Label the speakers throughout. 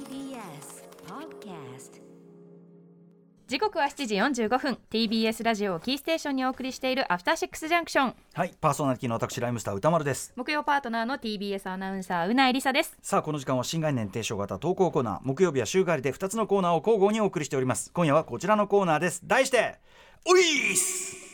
Speaker 1: TBS Podcast
Speaker 2: 時刻は7時45分 TBS ラジオをキーステーションにお送りしているアフターシックスジャンクション
Speaker 3: はい、パーソナリティの私ライムスター歌丸です。
Speaker 2: 木曜パートナーの TBS アナウンサーうなえりさです
Speaker 3: さあ、この時間は新概念提唱型投稿コーナー、木曜日は週替わりで2つのコーナーを交互にお送りしております。今夜はこちらのコーナーです。題して、おいーす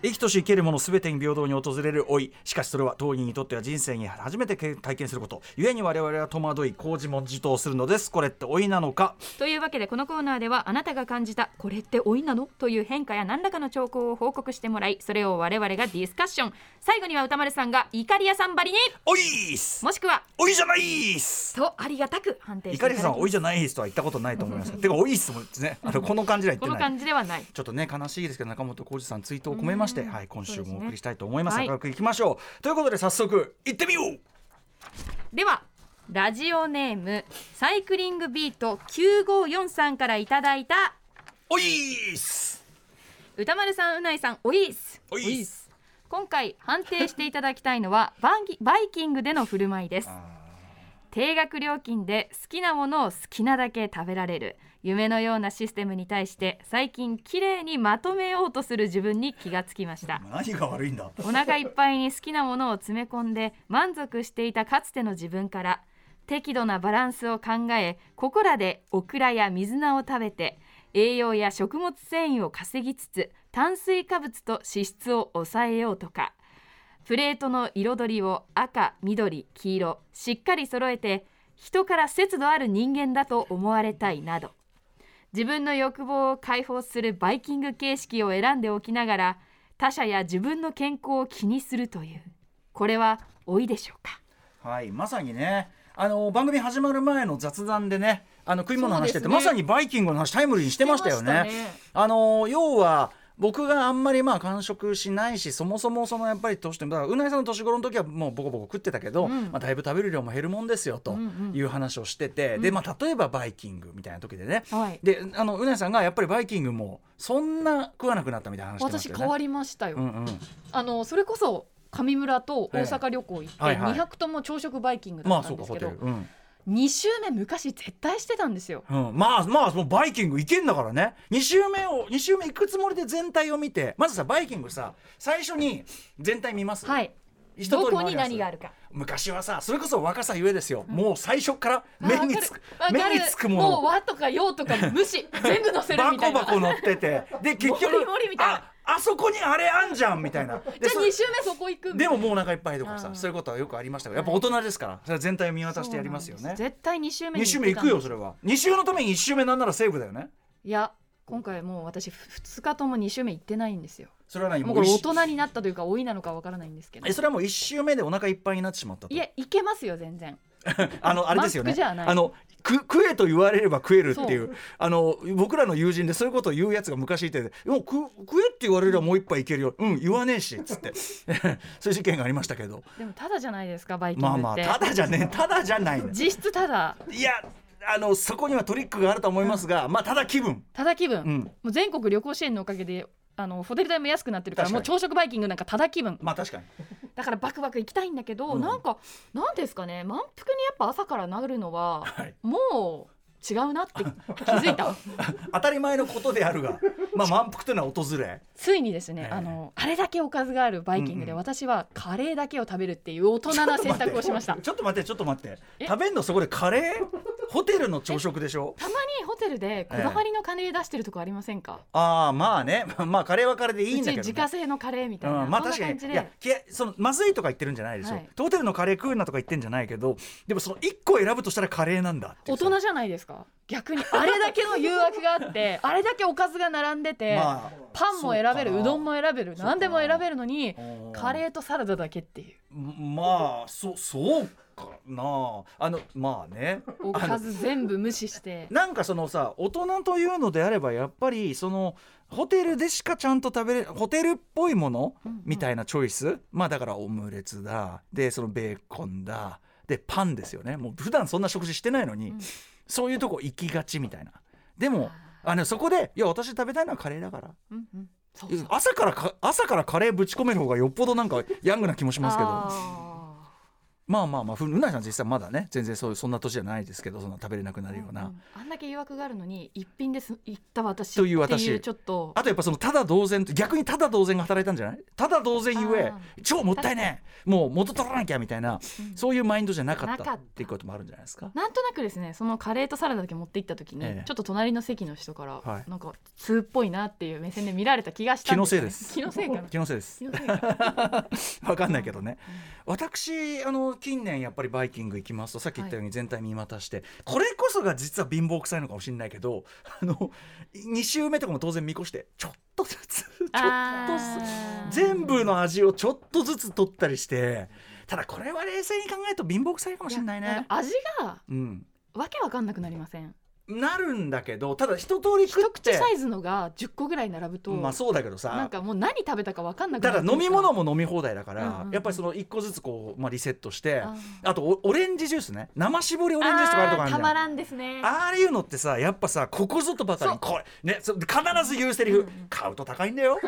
Speaker 3: 生きとし生けるものすべてに平等に訪れる老いしかしそれは当人にとっては人生に初めて経体験すること故に我々は戸惑いこう自問自答するのですこれって老いなのか
Speaker 2: というわけでこのコーナーではあなたが感じたこれって老いなのという変化や何らかの兆候を報告してもらいそれを我々がディスカッション最後には歌丸さんが怒り屋さんばりに
Speaker 3: おいーす
Speaker 2: もしくは
Speaker 3: 老いじゃないーす
Speaker 2: とありがたく判定してい
Speaker 3: 怒
Speaker 2: ただ
Speaker 3: り
Speaker 2: き
Speaker 3: さんは老いじゃないーすとは言ったことないと思いますてか老いっすもんねあのこの感じでは言っ
Speaker 2: こ
Speaker 3: てな
Speaker 2: の感
Speaker 3: い
Speaker 2: じではない
Speaker 3: ちょっとね悲しいですけど中本浩二さん追悼を込めまして、
Speaker 2: うん
Speaker 3: はい、今週
Speaker 2: そうです
Speaker 3: もお
Speaker 2: ね
Speaker 3: 送りしたいと思います
Speaker 2: はい
Speaker 3: 明るくいきましょう、ということで早速行ってみよう
Speaker 2: ではラジオネームサイクリングビート954さんからいただいた
Speaker 3: おいーっす
Speaker 2: 歌丸さんうないさんおいっす
Speaker 3: おいっす
Speaker 2: 今回判定していただきたいのはバンギバイキングでの振る舞いです定額料金で好きなものを好きなだけ食べられる夢のようなシステムに対して最近綺麗にまとめようとする自分に気がつきました
Speaker 3: 何が悪いんだ
Speaker 2: お腹いっぱいに好きなものを詰め込んで満足していたかつての自分から適度なバランスを考えここらでオクラや水菜を食べて栄養や食物繊維を稼ぎつつ炭水化物と脂質を抑えようとかプレートの彩りを赤緑黄色しっかり揃えて人から節度ある人間だと思われたいなど自分の欲望を解放するバイキング形式を選んでおきながら他者や自分の健康を気にするというこれは老いでしょうか
Speaker 3: はいまさにねあの番組始まる前の雑談でねあの食い物の話して
Speaker 2: そうで
Speaker 3: て、
Speaker 2: すね
Speaker 3: まさにバイキングの話タイムリーにしてましたよねあの要は僕があんまりまあ完食しないしそもそもそのやっぱり年でもだからうなぎさんの年頃の時はもうボコボコ食ってたけど、
Speaker 2: うん
Speaker 3: まあ、だいぶ食べる量も減るもんですよと
Speaker 2: んうん
Speaker 3: いう話をしてて、でまあ例えばバイキングみたいな時でね、
Speaker 4: はい。
Speaker 3: であのうなぎさんがやっぱりバイキングもそんな食わなくなったみたいな話してました
Speaker 4: 私
Speaker 3: よね。
Speaker 4: 変わりましたよ。
Speaker 3: うんうん、
Speaker 4: あのそれこそ上村と大阪旅行行って
Speaker 3: ええはいはい
Speaker 4: 200とも朝食バイキングだ
Speaker 3: まあ
Speaker 4: った
Speaker 3: そ
Speaker 4: ん
Speaker 3: うか
Speaker 4: です
Speaker 3: ホ
Speaker 4: け
Speaker 3: テ
Speaker 4: ど、
Speaker 3: ル、うん
Speaker 4: 2週目昔絶対してたんですよ。
Speaker 3: うん、まあまあもうバイキング行けんだからね2周目を2周目行くつもりで全体を見てまずさバイキングさ最初に全体見ます、
Speaker 4: はい。
Speaker 3: 一通り
Speaker 4: ど
Speaker 3: 回りま
Speaker 4: こ
Speaker 3: す
Speaker 4: に何があるか。
Speaker 3: 昔はさそれこそ若さゆえですよ、もう最初から目につく
Speaker 4: わかる
Speaker 3: 目につく
Speaker 4: わかるもう
Speaker 3: も
Speaker 4: 和とか洋とか無視全部載せる
Speaker 3: のバ
Speaker 4: みた
Speaker 3: コ
Speaker 4: いな。
Speaker 3: バコ乗ってて で結局
Speaker 4: もりもりみたいな
Speaker 3: ああそこにあれあんじゃんみた いなで
Speaker 4: じゃあ2週目そこ行く
Speaker 3: そ
Speaker 4: みた
Speaker 3: で
Speaker 4: いな。
Speaker 3: ももうお腹いっぱいとか
Speaker 4: う
Speaker 3: さ
Speaker 4: ん
Speaker 3: そういうことはよくありましたけどやっぱ大人ですからそれは全体を見渡してやりますよね
Speaker 4: 絶対2週目
Speaker 3: 2
Speaker 4: に
Speaker 3: 週
Speaker 4: って
Speaker 3: 目行
Speaker 4: た
Speaker 3: くよそれは2週のために1週目なんならセーブだよね
Speaker 4: いや今回もう私2日とも2週目行ってないんですよ
Speaker 3: それは何
Speaker 4: もう
Speaker 3: も
Speaker 4: こ
Speaker 3: う
Speaker 4: れ
Speaker 3: 一
Speaker 4: 大人になったというか老いなのかわからないんですけど
Speaker 3: えそれはもう1週目でお腹いっぱいになってしまったと
Speaker 4: いや行けますよ全然
Speaker 3: あのあれですよ
Speaker 4: 満
Speaker 3: ね
Speaker 4: 腹じゃない
Speaker 3: あのく食えと言われれば食えるっていうあの僕らの友人でそういうことを言うやつが昔いて「もうく食えって言われればもう一杯いけるようん言わねえし」っつって そういう事件がありましたけど
Speaker 4: でもただじゃないですかバイキングっ
Speaker 3: まあ
Speaker 4: て、
Speaker 3: まあただじ ゃねえただじゃないね
Speaker 4: 実質ただ
Speaker 3: いやあのそこにはトリックがあると思いますが、まあただ気分
Speaker 4: ただ気分、
Speaker 3: うん
Speaker 4: もう全国旅行支援のおかげであのホテル代も安くなってるから
Speaker 3: 確
Speaker 4: も
Speaker 3: か
Speaker 4: う
Speaker 3: に
Speaker 4: 朝食バイキングなんかただ気分
Speaker 3: まあ確かに
Speaker 4: だからバクバク行きたいんだけど、
Speaker 3: うん
Speaker 4: なんかなんですかね満腹にやっぱ朝からなるのは、
Speaker 3: はい
Speaker 4: もう違うなって気づい た
Speaker 3: 当たり前のことであ るが、まあ、満腹というのは訪れ
Speaker 4: ついにですね、
Speaker 3: はい
Speaker 4: あのあれだけおかずがあるバイキングで、
Speaker 3: うんうん
Speaker 4: 私はカレーだけを食べるっていう大人な選択をし ました
Speaker 3: ちょっと待ってちょっと待って
Speaker 4: え
Speaker 3: 食べんのそこでカレーホテルの朝食でしょ
Speaker 4: たまにホテルでこだわりのカレー出してるとこありませんか、
Speaker 3: ああまあねまあカレーはカレーでいいんだけど、ね、
Speaker 4: うち自家製のカレーみたいな、
Speaker 3: うん、まあ
Speaker 4: そんな
Speaker 3: 確か
Speaker 4: 感
Speaker 3: に
Speaker 4: じ
Speaker 3: いや
Speaker 4: で
Speaker 3: きそのまずいとか言ってるんじゃないでしょ、
Speaker 4: はい
Speaker 3: ホテルのカレー食うなとか言ってんじゃないけどでもその一個選ぶとしたらカレーなんだって
Speaker 4: 大
Speaker 3: いうさ
Speaker 4: 人じゃないですか逆にあれだけの誘惑があって あれだけおかずが並んでて、
Speaker 3: まあ
Speaker 4: パンも選べ
Speaker 3: そう
Speaker 4: る
Speaker 3: か
Speaker 4: うどんも選べる
Speaker 3: そうか
Speaker 4: 何でも選べるのに
Speaker 3: うん
Speaker 4: カレーとサラダだけっていう
Speaker 3: まあそそうかなああのまあね
Speaker 4: お
Speaker 3: あ
Speaker 4: か
Speaker 3: の
Speaker 4: ず全部無視 して
Speaker 3: なんかそのさ大人というのであればやっぱりそのホテルでしかちゃんと食べれホテルっぽいものみたいなチョイス、まあだからオムレツだでそのベーコンだでパンですよねもう普段そんな食事してないのに、そういうとこ行きがちみたいなでもあのそこで「いや私食べたいのはカレーだから
Speaker 4: うんうんそうそう」
Speaker 3: 朝からか朝からカレーぶち込める方がよっぽどなんかヤングな気もしますけど
Speaker 4: あ
Speaker 3: まあまあまあふうなちゃん実際まだね全然そういうそんな年じゃないですけどそんな食べれなくなるような、
Speaker 2: んん
Speaker 4: あんだけ誘惑があるのに一品です行った私
Speaker 3: という私
Speaker 4: っていうちょっと
Speaker 3: あとやっぱそのただ同然逆にただ同然が働いたんじゃないただ同然ゆえ
Speaker 4: あ
Speaker 3: 超もったいねえもう元取らなきゃみたいな、
Speaker 4: うん
Speaker 3: そういうマインドじゃなかっ
Speaker 4: な
Speaker 3: た
Speaker 4: か
Speaker 3: っ
Speaker 4: った
Speaker 3: ていうこともあるんじゃないですか。
Speaker 4: なんとなくですねそのカレーとサラダだけ持って行った時に、
Speaker 3: ええ
Speaker 4: ちょっと隣の席の人から、
Speaker 3: はい
Speaker 4: なんか通っぽいなっていう目線で見られた気がしたんよね
Speaker 3: 気
Speaker 4: 気のせいかな
Speaker 3: 気のせいです
Speaker 4: 気のせいかな
Speaker 3: わかん ないけどね、私あの近年やっぱりバイキング行きますとさっき言ったように全体見渡して、これこそが実は貧乏くさいのかもしれないけどあの2周目とかも当然見越してちょっとずつちょっとずつ
Speaker 4: あー
Speaker 3: 全部の味をちょっとずつ取ったりしてただこれは冷静に考えると貧乏くさいかもしれない
Speaker 4: いやな
Speaker 3: ね
Speaker 4: ん。か味が
Speaker 3: うん
Speaker 4: わけわかんなくなりません
Speaker 3: なるんだけどただ一通り食
Speaker 4: 一
Speaker 3: って
Speaker 4: 口サイズのが10個ぐらい並ぶと、
Speaker 3: まあそうだけど
Speaker 4: な
Speaker 3: さ
Speaker 4: んかもう何食べたかわかんなくな
Speaker 3: た
Speaker 4: る
Speaker 3: だ飲み物も飲み放題だか
Speaker 4: うんうん
Speaker 3: ら
Speaker 4: うん
Speaker 3: やっぱりその一個ずつこう、まあ、リセットして
Speaker 4: あ
Speaker 3: あとおオレンジジュースね生搾りオレンジジュースとかあるとか
Speaker 4: ー
Speaker 3: あるじ
Speaker 4: たま
Speaker 3: ゃん
Speaker 4: らんですね
Speaker 3: ああいうのってさやっぱさここぞとばかりにこれねそ必ず言うセリフ、買うと高いんだよ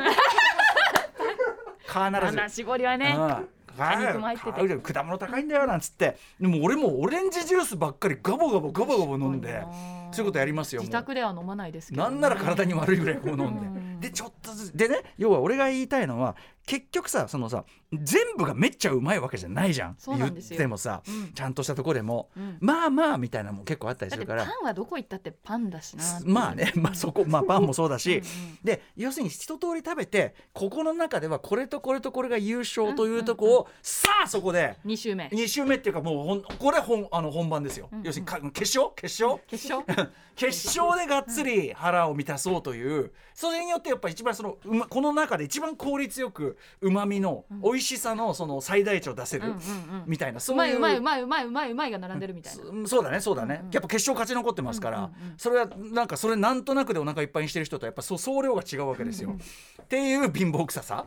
Speaker 3: 必ず
Speaker 4: 七絞りはね
Speaker 3: うん買う
Speaker 4: 果肉も入ってて
Speaker 3: 買うよ果物高いんだよなんつってでも俺もうオレンジジュースばっかりガボガボガボガボ飲んでそういうことやりますよもう
Speaker 4: 自宅では飲まないですけど、
Speaker 3: なんなら体に悪いぐらいこう飲ん
Speaker 4: うん
Speaker 3: ででちょっとずつでね要は俺が言いたいのは結局さそのさ全部がめっちゃうまいわけじゃないじゃん
Speaker 4: そうなんですよ
Speaker 3: 言ってもさ
Speaker 4: うん
Speaker 3: ちゃんとしたとこでも
Speaker 4: うん
Speaker 3: まあまあみたいなのも結構あったり
Speaker 4: だ
Speaker 3: す
Speaker 4: って
Speaker 3: る
Speaker 4: パ
Speaker 3: か
Speaker 4: ン
Speaker 3: ら
Speaker 4: はどこ行ったってパンだしなっていう
Speaker 3: まあね まあそこまあパンもそうだし、
Speaker 4: うんうん
Speaker 3: で要するに一通り食べてここの中ではこれとこれとこれが優勝というとこを、さあそこで
Speaker 4: 二週目
Speaker 3: 2周目っていうかもうほんこれ本あの本番ですよ、
Speaker 4: うんうん
Speaker 3: 要するにか決勝決勝
Speaker 4: 決勝
Speaker 3: 決勝でがっつり腹を満たそうというそれによってやっぱ一番そのうまこの中で一番効率よくうまみの美味しさのその最大値を出せ
Speaker 4: うんう
Speaker 3: る
Speaker 4: んうん
Speaker 3: みたいなそうう
Speaker 4: ま
Speaker 3: い
Speaker 4: いう
Speaker 3: う
Speaker 4: まいうまいうまいうまいうまいが並んでるみたいな、
Speaker 3: そそうだねそうだね、
Speaker 4: うんうん
Speaker 3: やっぱ決勝勝ち残ってますから、
Speaker 4: うんうんうん
Speaker 3: それはなんかそれなんとなくでお腹いっぱいにしてる人とやっぱそう総量が違うわけですよ、っていう貧乏臭さ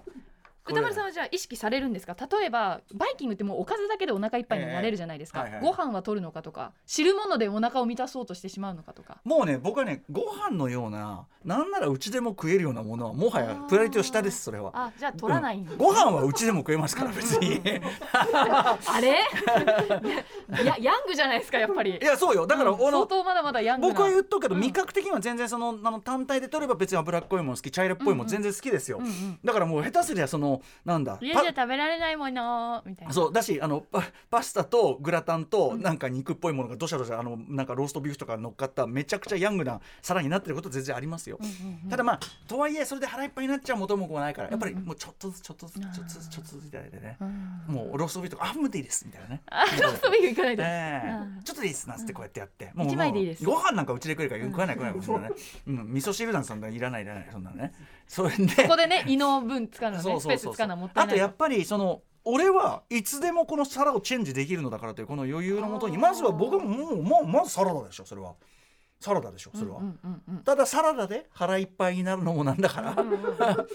Speaker 4: 歌丸さん
Speaker 3: ん
Speaker 4: はじゃあ意識されるんですか例えばバイキングってもうおかずだけでお腹いっぱいになれるじゃないですか、
Speaker 3: ええはいはい
Speaker 4: ご飯は取るのかとか汁物でお腹を満たそうとしてしまうのかとか
Speaker 3: もうね僕はねご飯のようななんならうちでも食えるようなものはもはやプライド下ですそれは。
Speaker 4: あじゃあ取らないんだ、
Speaker 3: うんご飯はうちでも食えますから別にい
Speaker 4: あれ いやヤングじゃないですかやっぱり
Speaker 3: やそうよだから、
Speaker 4: うん
Speaker 3: あの
Speaker 4: 相当まだまだヤングな
Speaker 3: 僕は言っとくけど、
Speaker 4: うん
Speaker 3: 味覚的には全然そのあの単体で取れば別に脂っこいもの好き茶色っぽいも
Speaker 4: うんうん
Speaker 3: の全然好きですよ、
Speaker 4: うんうん
Speaker 3: だからもう下手すりゃそのなんだ
Speaker 4: 家
Speaker 3: パ
Speaker 4: じゃ食べられないものみたいな
Speaker 3: そうだしあのパパスタとグラタンとなんか肉っぽいものがどしゃどしゃあのなんかローストビーフとか乗っかっためちゃくちゃヤングな皿になってること全然ありますよ。
Speaker 4: うんうんうん
Speaker 3: ただまあとはいえそれで腹いっぱいになっちゃう元も子もないからやっぱり
Speaker 4: うんうん
Speaker 3: もうちょっとずつちょっとずつちょっとずつちょっとずついただいてね
Speaker 4: うん
Speaker 3: もうローストビーフとか半分でいいですみたいなね。
Speaker 4: あロ ーストビーフいかないと、
Speaker 3: ええ
Speaker 4: うん
Speaker 3: ちょっとでいいっすなんつってこうやってやって、もう
Speaker 4: 一枚でいいです
Speaker 3: ご飯なんかうちで食えるから食わない食わないそんなね、うん、味噌汁なんてそんないらないいらないそんなのねそれで
Speaker 4: ここでね胃の分使うのね
Speaker 3: そうそう
Speaker 4: スペー
Speaker 3: そ
Speaker 4: ス
Speaker 3: う
Speaker 4: 使
Speaker 3: そう
Speaker 4: のはも
Speaker 3: う
Speaker 4: ったい
Speaker 3: あ
Speaker 4: な
Speaker 3: と
Speaker 4: い
Speaker 3: やっぱりその俺はいつでもこの皿をチェンジできるのだからというこの余裕のもとに
Speaker 4: あー
Speaker 3: まずは僕ももうまあまずサラダでしょそれはサラダでしょそれは、
Speaker 4: うんうんうん
Speaker 3: ただサラダで腹いっぱいになるのもなんだから、
Speaker 4: うん
Speaker 3: やっぱ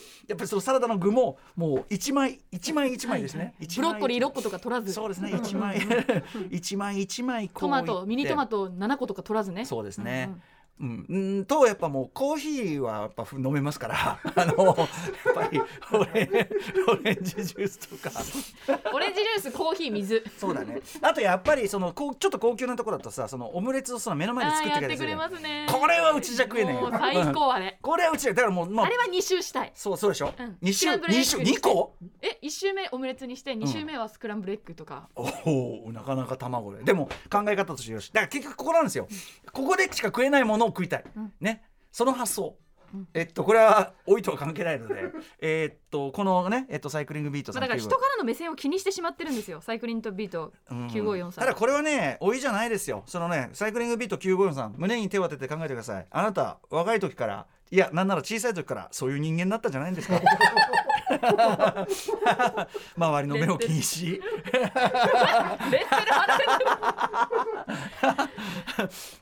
Speaker 3: りそのサラダの具ももう一枚一枚一枚ですね、一
Speaker 4: ブ
Speaker 3: 枚
Speaker 4: ロッコリー6個とか取らず
Speaker 3: そうですね一 枚一枚一枚こ
Speaker 4: ト
Speaker 3: ういっ
Speaker 4: マ
Speaker 3: て
Speaker 4: トミニトマト7個とか取らずね
Speaker 3: そうですね、うんうんとやっぱもうコーヒーはやっぱふ飲めますから あのやっぱりオレオレンジジュースとか
Speaker 4: オレンジジュースコーヒー水
Speaker 3: そうだねあとやっぱりそのこうちょっと高級なところだとさそのオムレツをその目の前で
Speaker 4: ああ
Speaker 3: 作っ
Speaker 4: や
Speaker 3: て
Speaker 4: っ
Speaker 3: くれ
Speaker 4: てく
Speaker 3: る
Speaker 4: れ
Speaker 3: や
Speaker 4: ま
Speaker 3: つ
Speaker 4: すね
Speaker 3: これはうちじゃ食えねえよ
Speaker 4: もう最高あれ
Speaker 3: これはうちだよだからもう、 まあ
Speaker 4: あれは2周したい
Speaker 3: そうそうでしょ、
Speaker 4: うん
Speaker 3: 二
Speaker 4: スクラ
Speaker 3: 週
Speaker 4: ンブルエッグ
Speaker 3: 二週
Speaker 4: にして
Speaker 3: 二個
Speaker 4: え1周目オムレツにして2周目はスクランブルエッグとか、
Speaker 3: おおなかなか卵ででも考え方としてよしだから結局ここなんですよここでしか食えないものを食いたい、
Speaker 4: うん
Speaker 3: ねその発想
Speaker 4: うん
Speaker 3: えっとこれは老いとは関係ないのでえーっとこのねえっとサイクリングビートさん
Speaker 4: だから
Speaker 3: っていう
Speaker 4: 人からの目線を気にしてしまってるんですよサイクリングとビート
Speaker 3: うん
Speaker 4: 9543
Speaker 3: ただこれはね老いじゃないですよそのねサイクリングビート954さん胸に手を当てて考えてくださいあなた若い時からいやなんなら小さい時からそういう人間だったじゃないんです か 周りの目を気に
Speaker 4: レ
Speaker 3: し
Speaker 4: ッテル貼ってる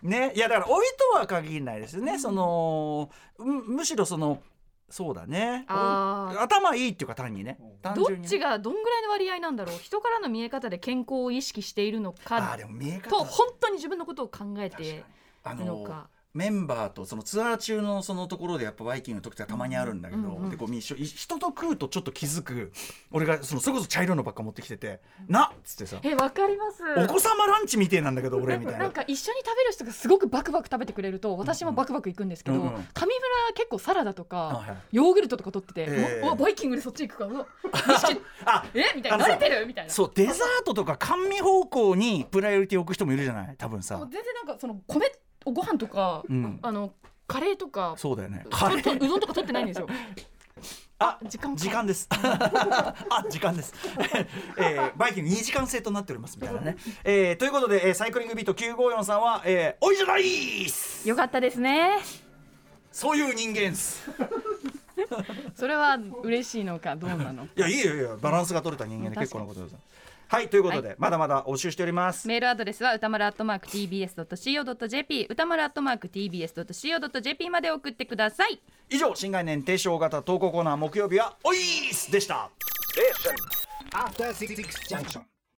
Speaker 3: ねいやだから老いとは限らないですよね、そのむむしろそのそうだね
Speaker 4: あー
Speaker 3: 頭いいっていうか単にね単
Speaker 4: ど
Speaker 3: 純に
Speaker 4: っ
Speaker 3: ね
Speaker 4: ちがどんぐらいの割合なんだろう人からの見え方で健康を意識しているの
Speaker 3: あー
Speaker 4: か
Speaker 3: でも見え方
Speaker 4: と本当に自分のことを考え
Speaker 3: 確かに
Speaker 4: て
Speaker 3: あ
Speaker 4: るのか
Speaker 3: のメンバーとそのツアー中のそのところでやっぱバイキングの時ってたまにあるんだけど、
Speaker 2: うんうん
Speaker 3: でこう一緒い人と食うとちょっと気づく俺がそのそれこそ茶色いのばっか持ってきてて「なっ!」つってさ
Speaker 4: えわかります
Speaker 3: 「お子様ランチみてえなんだけど俺」みたいな
Speaker 4: なんか一緒に食べる人がすごくバクバク食べてくれると私もバクバク行くんですけど、
Speaker 3: うんうん
Speaker 4: 上村は結構サラダとか、
Speaker 3: はいはい
Speaker 4: ヨーグルトとか取ってて、
Speaker 3: ええ
Speaker 4: うわうわバイキングでそっち行くかうわ飯切っ
Speaker 3: あ
Speaker 4: えみたい
Speaker 3: あ
Speaker 4: な
Speaker 3: のさ
Speaker 4: 慣れてるみたいな
Speaker 3: そうデザートとか甘味方向にプライオリティを置く人もいるじゃない多分
Speaker 4: も
Speaker 3: さ
Speaker 4: う全然なんかその米ご飯とか、
Speaker 3: うん
Speaker 4: あのカレーとか
Speaker 3: そうだよねカ
Speaker 4: カレ
Speaker 3: レー
Speaker 4: うどんとか取ってないんですよ
Speaker 3: あ
Speaker 4: 時間か
Speaker 3: 時間です あ時間です、 えーバイキング2時間制となっておりますみたいなね、えーということで、えーサイクリングビート954さんは、えーおいじゃないっす
Speaker 2: よかったですね
Speaker 3: そういう人間っす
Speaker 4: それは嬉しいのかどうなの
Speaker 3: いやいいよいいよバランスが取れた人間で
Speaker 4: うん
Speaker 3: 結構なことでございますはいということで、まだまだ募集しております
Speaker 2: メールアドレスは歌丸アットマーク tbs.co.jp 歌丸アットマーク tbs.co.jp まで送ってください
Speaker 3: 以上新概念提唱型投稿コーナー木曜日はおいーっすでした
Speaker 5: After Six Junction.